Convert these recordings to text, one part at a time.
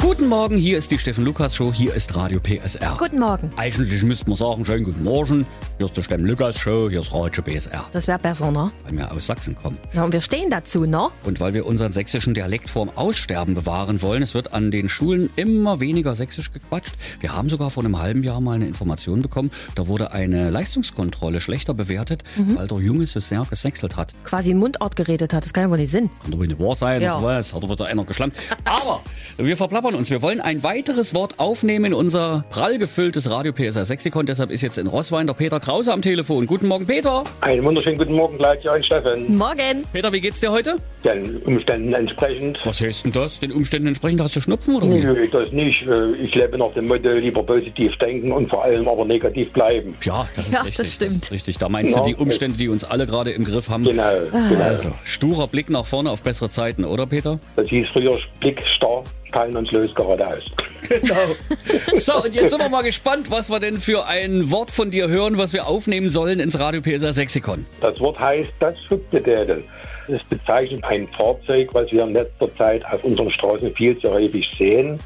Guten Morgen, hier ist die Steffen Lukas Show, hier ist Radio PSR. Guten Morgen. Eigentlich müsste man sagen, schönen guten Morgen, hier ist die Steffen Lukas Show, hier ist Radio PSR. Das wäre besser, ne? Weil wir aus Sachsen kommen. Ja, und wir stehen dazu, ne? Und weil wir unseren sächsischen Dialekt vorm Aussterben bewahren wollen, es wird an den Schulen immer weniger sächsisch gequatscht. Wir haben sogar vor einem halben Jahr mal eine Information bekommen, da wurde eine Leistungskontrolle schlechter bewertet, Mhm. weil der Junge so sehr gesächselt hat. Quasi in Mundart geredet hat, das kann ja wohl nicht Sinn. Kann doch wohl nicht wahr sein, Ja. ja. was, hat doch wieder einer geschlampt. Aber wir verplappern uns. Wir wollen ein weiteres Wort aufnehmen in unser prall gefülltes Radio PSR Sexikon. Deshalb ist jetzt in Rosswein der Peter Krause am Telefon. Guten Morgen, Peter. Einen wunderschönen guten Morgen gleich an Steffen. Morgen. Peter, wie geht's dir heute? Den Umständen entsprechend. Was heißt denn das? Den Umständen entsprechend hast du Schnupfen oder wie? Nö, das nicht. Äh, Ich lebe nach dem Motto, lieber positiv denken und vor allem aber negativ bleiben. Ja, das ist Ja, das richtig. stimmt. ist richtig. Da meinst Ja. du die Umstände, die uns alle gerade im Griff haben. Genau, genau. Also, sturer Blick nach vorne auf bessere Zeiten, oder Peter? Das hieß früher Blick starr, teilen uns los geradeaus. Genau. So, und jetzt sind wir mal gespannt, was wir denn für ein Wort von dir hören, was wir aufnehmen sollen ins Radio PSR Sexikon. Das Wort heißt das Subgedädel. Es bezeichnet ein Fahrzeug, was wir in letzter Zeit auf unseren Straßen viel zu häufig sehen,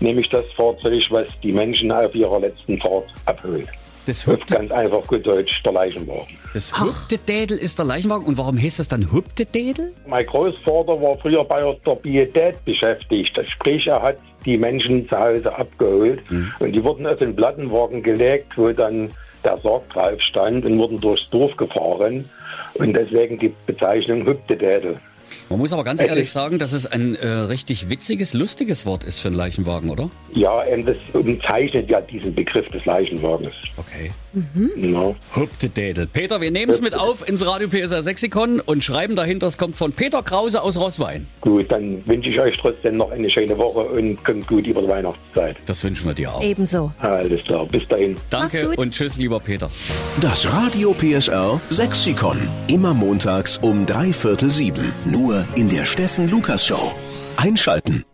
nämlich das Fahrzeug, was die Menschen auf ihrer letzten Fahrt abholt. Das Auf hüpfte, ganz einfach gut Deutsch, der Leichenwagen. das hüpfte Dädel ist der Leichenwagen. Und warum heißt das dann hüpfte Dädel? Mein Großvater war früher bei der Pietät beschäftigt. Sprich, er hat die Menschen zu Hause abgeholt und die wurden auf den Plattenwagen gelegt, wo dann der Sarg drauf stand und wurden durchs Dorf gefahren. Und deswegen die Bezeichnung Hübdedädel. Man muss aber ganz Es ehrlich ist- sagen, dass es ein äh, richtig witziges, lustiges Wort ist für einen Leichenwagen, oder? Ja, und das umzeichnet ja diesen Begriff des Leichenwagens. Okay. Ja. Hüpfte Dädel. Peter, wir nehmen es mit auf ins Radio PSR Sexikon und schreiben dahinter, es kommt von Peter Krause aus Rosswein. Gut, dann wünsche ich euch trotzdem noch eine schöne Woche und kommt gut über die Weihnachtszeit. Das wünschen wir dir auch. Ebenso. Alles klar, bis dahin. Danke Mach's gut. und tschüss, lieber Peter. Das Radio PSR Sexikon. Immer montags um drei Viertel sieben. Nur in der Steffen Lukas Show. Einschalten.